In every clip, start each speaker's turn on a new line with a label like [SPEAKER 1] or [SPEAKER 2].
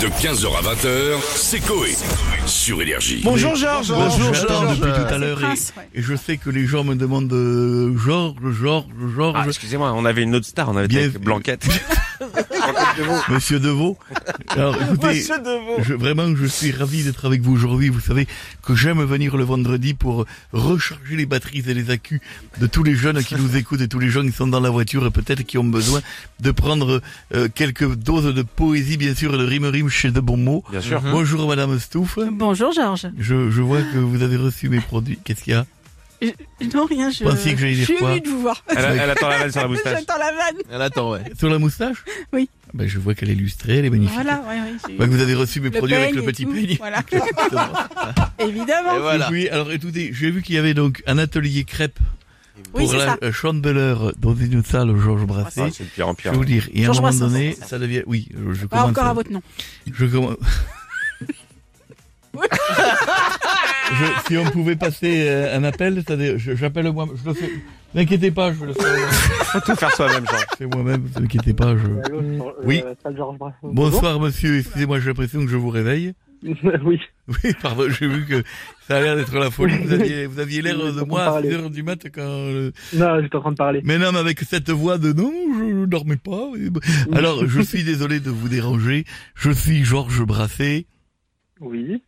[SPEAKER 1] De 15h à 20h, c'est Coé. Sur Énergie.
[SPEAKER 2] Bonjour
[SPEAKER 3] Oui.
[SPEAKER 2] Georges.
[SPEAKER 3] Bonjour Georges depuis
[SPEAKER 2] Georges.
[SPEAKER 3] tout à l'heure et,
[SPEAKER 4] Prince, ouais.
[SPEAKER 3] et je sais que les gens me demandent euh, Georges, Georges,
[SPEAKER 5] Ah,
[SPEAKER 3] Georges,
[SPEAKER 5] excusez-moi, on avait une autre star, on avait
[SPEAKER 3] Bien
[SPEAKER 5] avec
[SPEAKER 3] vu.
[SPEAKER 5] Blanquette.
[SPEAKER 3] Monsieur Deveau. Alors écoutez, je- vraiment je suis ravi d'être avec vous aujourd'hui. Vous savez que j'aime venir le vendredi pour recharger les batteries et les accus de tous les jeunes qui nous écoutent et tous les gens qui sont dans la voiture et peut-être qui ont besoin de prendre euh, quelques doses de poésie bien sûr et de rime rime chez de bons mots.
[SPEAKER 5] Bien sûr.
[SPEAKER 3] Bonjour Madame Stouff.
[SPEAKER 4] Bonjour Georges.
[SPEAKER 3] Je, je vois que vous avez reçu mes produits. Qu'est-ce qu'il y a
[SPEAKER 4] Je- Non, rien, je,
[SPEAKER 3] Pensez que j'allais
[SPEAKER 4] je
[SPEAKER 3] dire
[SPEAKER 4] suis
[SPEAKER 3] quoi
[SPEAKER 4] venue de vous voir.
[SPEAKER 5] Elle, elle attend la vanne sur la moustache.
[SPEAKER 4] J'attends la vanne.
[SPEAKER 3] Sur la moustache
[SPEAKER 4] Oui.
[SPEAKER 3] Ah Ben, je vois qu'elle est lustrée, elle est magnifique.
[SPEAKER 4] Voilà, ouais, ouais, j'ai eu
[SPEAKER 3] Bah, que vous avez reçu mes
[SPEAKER 4] le
[SPEAKER 3] produits avec
[SPEAKER 4] peigne
[SPEAKER 3] le
[SPEAKER 4] et
[SPEAKER 3] petit
[SPEAKER 4] tout.
[SPEAKER 3] peigne. Euh,
[SPEAKER 4] Voilà,
[SPEAKER 3] Exactement.
[SPEAKER 4] évidemment.
[SPEAKER 3] Oui, alors écoutez, j'ai vu qu'il y avait donc un atelier crêpe
[SPEAKER 4] oui,
[SPEAKER 3] pour
[SPEAKER 4] c'est
[SPEAKER 3] la
[SPEAKER 4] ça. Bah,
[SPEAKER 3] euh, chandeleur dans une salle Georges Brassens.
[SPEAKER 5] Ah, c'est de pire en
[SPEAKER 3] je
[SPEAKER 5] pire.
[SPEAKER 3] vais vous dire, et à un
[SPEAKER 4] Georges
[SPEAKER 3] moment
[SPEAKER 4] Brassens,
[SPEAKER 3] donné,
[SPEAKER 4] c'est ça.
[SPEAKER 3] ça devient... Oui, je, je
[SPEAKER 4] Pas
[SPEAKER 3] commence...
[SPEAKER 4] encore à votre nom.
[SPEAKER 3] Je commence...
[SPEAKER 4] Oui.
[SPEAKER 3] Je- si on pouvait passer euh, un appel, c'est-à-dire, je- j'appelle moi, je le fais... N'inquiétez pas, je le fais moi-même.
[SPEAKER 5] Faut tout faire soi-même, Jean.
[SPEAKER 3] Je le fais moi-même, ne vous inquiétez pas. Je...
[SPEAKER 6] euh,
[SPEAKER 3] Oui. Bonsoir monsieur, excusez-moi, j'ai l'impression que je vous réveille.
[SPEAKER 6] oui.
[SPEAKER 3] Oui, pardon, j'ai vu que ça a l'air d'être la folie. Vous aviez, vous aviez l'air
[SPEAKER 6] Oui,
[SPEAKER 3] de
[SPEAKER 6] on
[SPEAKER 3] moi à
[SPEAKER 6] parlait.
[SPEAKER 3] 6 heures du mat quand... euh,
[SPEAKER 6] Non, j'étais en train de parler.
[SPEAKER 3] Mais non, mais avec cette voix de non, je dormais pas. ben, Alors, je suis désolé de vous déranger. Je suis Georges Brassé.
[SPEAKER 6] Oui.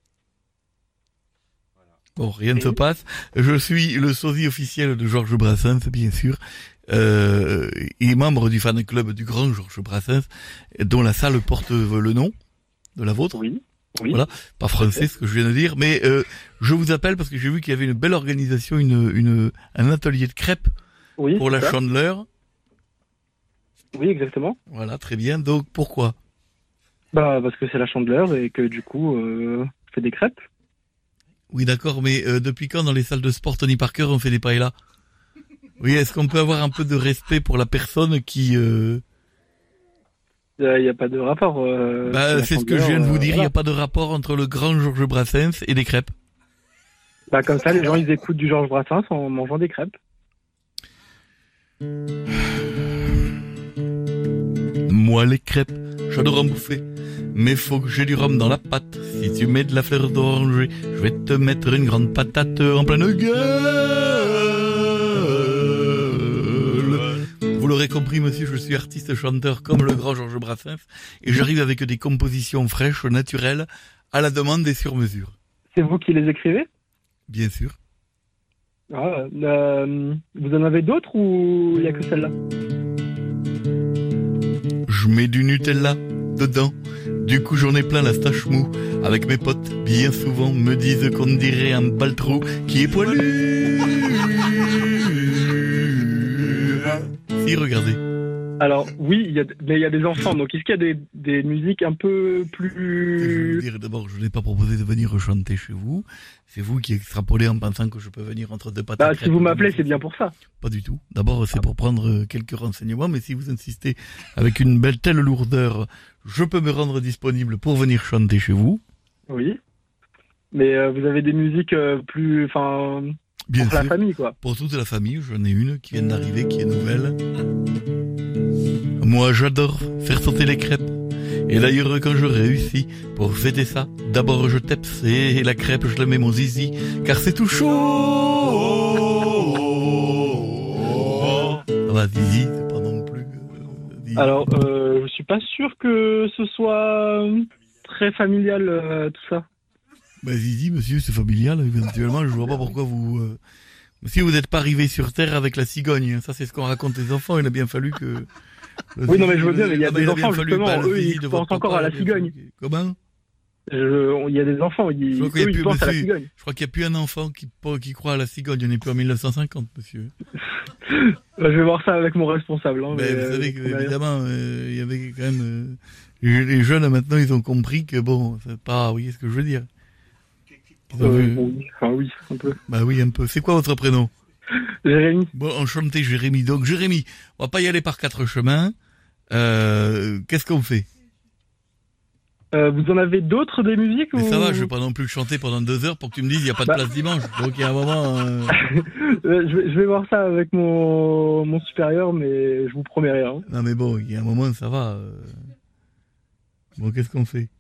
[SPEAKER 3] Bon, rien ne se passe. Je suis le sosie officiel de Georges Brassens, bien sûr, euh, et membre du fan club du grand Georges Brassens, dont la salle porte le nom de la vôtre.
[SPEAKER 6] Oui. Oui.
[SPEAKER 3] Voilà, pas français ce que je viens de dire, mais euh, je vous appelle parce que j'ai vu qu'il y avait une belle organisation, une, une, un atelier de crêpes
[SPEAKER 6] Oui.
[SPEAKER 3] pour la
[SPEAKER 6] c'est ça.
[SPEAKER 3] chandeleur.
[SPEAKER 6] Oui, exactement.
[SPEAKER 3] Voilà, très bien. Donc pourquoi
[SPEAKER 6] Bah, parce que c'est la chandeleur et que du coup, euh, je fais des crêpes.
[SPEAKER 3] Oui, d'accord, mais euh, depuis quand dans les salles de sport Tony Parker on fait des paellas Oui, est-ce qu'on peut avoir un peu de respect pour la personne qui euh,
[SPEAKER 6] Il n'y a pas de rapport. euh,
[SPEAKER 3] Bah,
[SPEAKER 6] la
[SPEAKER 3] c'est ce que je viens
[SPEAKER 6] chandeleur,
[SPEAKER 3] de vous
[SPEAKER 6] euh,
[SPEAKER 3] dire, il n'y
[SPEAKER 6] voilà.
[SPEAKER 3] a pas de rapport entre le grand Georges Brassens et les crêpes.
[SPEAKER 6] Bah, comme ça, les gens, ils écoutent du Georges Brassens en mangeant des crêpes.
[SPEAKER 3] Moi, les crêpes, j'adore en bouffer. Mais faut que j'ai du rhum dans la pâte. Si tu mets de la fleur d'oranger, je vais te mettre une grande patate en pleine gueule. Vous l'aurez compris, monsieur, je suis artiste chanteur comme le grand Georges Brassens et j'arrive avec des compositions fraîches, naturelles, à la demande et sur mesure.
[SPEAKER 6] C'est vous qui les écrivez
[SPEAKER 3] Bien sûr.
[SPEAKER 6] ah, euh, Vous en avez d'autres ou il n'y a que celle-là
[SPEAKER 3] Je mets du Nutella dedans. Du coup, j'en ai plein la stache mou. Avec mes potes, bien souvent, me disent qu'on dirait un baltrou qui est poilu. Si, regardez.
[SPEAKER 6] Alors, oui, il y a, mais il y a des enfants. Donc, est-ce qu'il y a des, des musiques un
[SPEAKER 3] Je
[SPEAKER 6] peu
[SPEAKER 3] vais vous
[SPEAKER 6] plus...
[SPEAKER 3] dire d'abord, je n'ai pas proposé de venir chanter chez vous. C'est vous qui extrapolez en pensant que je peux venir entre deux patates.
[SPEAKER 6] Bah, si vous m'appelez, c'est bien pour ça.
[SPEAKER 3] Pas du tout. D'abord, c'est pour prendre euh, quelques renseignements, mais si vous insistez avec une belle telle lourdeur, je peux me rendre disponible pour venir chanter chez vous.
[SPEAKER 6] Oui. Mais euh, vous avez des musiques euh, plus, enfin,
[SPEAKER 3] Bien
[SPEAKER 6] pour la
[SPEAKER 3] sûr.
[SPEAKER 6] famille, quoi. Euh,
[SPEAKER 3] Pour toute la famille, j'en ai une qui vient d'arriver, qui est nouvelle. Moi, j'adore faire sauter les crêpes. Et d'ailleurs, quand je réussis, pour fêter ça, d'abord je tape et la crêpe, je la mets mon zizi, car c'est tout chaud. Ça va, Ah bah, zizi, c'est pas non plus. euh, zizi.
[SPEAKER 6] Alors, euh, je suis pas sûr que ce soit euh, très familial euh, tout ça.
[SPEAKER 3] Bah, zizi, monsieur, c'est familial, éventuellement, je vois pas pourquoi vous. euh, Si vous n'êtes pas arrivé sur Terre avec la cigogne, ça c'est ce qu'on raconte les enfants, il a bien fallu que. le
[SPEAKER 6] Oui, non, mais
[SPEAKER 3] zizi-
[SPEAKER 6] je vois bien, mais il y a
[SPEAKER 3] Ah,
[SPEAKER 6] des
[SPEAKER 3] bien
[SPEAKER 6] enfants,
[SPEAKER 3] fallu,
[SPEAKER 6] justement,
[SPEAKER 3] bah, le
[SPEAKER 6] eux,
[SPEAKER 3] zizi
[SPEAKER 6] ils
[SPEAKER 3] de votre
[SPEAKER 6] pensent encore
[SPEAKER 3] papa,
[SPEAKER 6] à la
[SPEAKER 3] il a bien fallu que- Comment
[SPEAKER 6] Je- on- Il y a des enfants, ils,
[SPEAKER 3] Je crois qu'il y a
[SPEAKER 6] eux, ils
[SPEAKER 3] plus,
[SPEAKER 6] pensent à la
[SPEAKER 3] monsieur.
[SPEAKER 6] cigogne.
[SPEAKER 3] Je crois qu'il n'y a plus un enfant qui, qui croit à la cigogne, on n'est plus en 1950, monsieur.
[SPEAKER 6] Bah, je vais voir ça avec mon responsable. Hein,
[SPEAKER 3] mais
[SPEAKER 6] mais,
[SPEAKER 3] vous
[SPEAKER 6] euh,
[SPEAKER 3] savez que,
[SPEAKER 6] on a-
[SPEAKER 3] évidemment, euh, il y avait quand même. euh, les les jeunes maintenant, ils ont compris que bon, c'est pas. Vous voyez ce que je veux dire Ils ont
[SPEAKER 6] euh,
[SPEAKER 3] vu-
[SPEAKER 6] bon, oui, enfin, oui, un peu.
[SPEAKER 3] Bah oui, un peu. C'est quoi votre prénom
[SPEAKER 6] Jérémy,
[SPEAKER 3] Bon, enchanté Jérémy. Donc Jérémy, on va pas y aller par quatre chemins. Euh, Qu'est-ce qu'on fait
[SPEAKER 6] euh, vous en avez d'autres des musiques
[SPEAKER 3] Mais ça
[SPEAKER 6] ou-
[SPEAKER 3] va, je vais pas non plus chanter pendant deux heures pour que tu me dises il y a pas de
[SPEAKER 6] Bah.
[SPEAKER 3] place dimanche. Donc il y a un moment. euh,
[SPEAKER 6] Euh, je, vais, je vais voir ça avec mon, mon supérieur, mais je vous promets rien.
[SPEAKER 3] Non mais bon, il y a un moment ça va. euh. Bon, qu'est-ce qu'on fait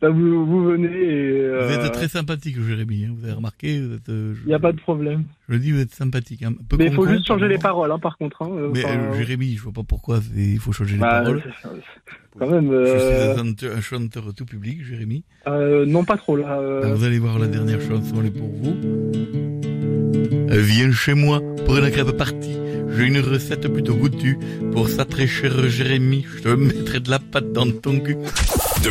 [SPEAKER 6] Bah, vous, vous venez et. euh,
[SPEAKER 3] Vous êtes très sympathique, Jérémy. hein. Vous avez remarqué, vous êtes, euh, je,
[SPEAKER 6] Il n'y a pas de problème.
[SPEAKER 3] je le dis, vous êtes sympathique. hein. Un peu
[SPEAKER 6] Mais il faut
[SPEAKER 3] concon,
[SPEAKER 6] juste changer les
[SPEAKER 3] par
[SPEAKER 6] paroles, hein, par contre. hein, euh,
[SPEAKER 3] moment. Mais
[SPEAKER 6] enfin,
[SPEAKER 3] euh, Jérémy, je vois pas pourquoi c'est- il faut changer les
[SPEAKER 6] bah,
[SPEAKER 3] paroles.
[SPEAKER 6] c'est- Quand même.
[SPEAKER 3] Je
[SPEAKER 6] euh,
[SPEAKER 3] suis un chanteur, un chanteur tout public, Jérémy.
[SPEAKER 6] euh, non, pas trop là. euh,
[SPEAKER 3] Alors, Bah, vous allez voir, la dernière chanson, elle est pour vous. Euh, Viens chez moi pour une crêpe partie. J'ai une recette plutôt goûtue. Pour ça, très cher Jérémy, je te mettrai de la pâte dans ton cul.
[SPEAKER 1] De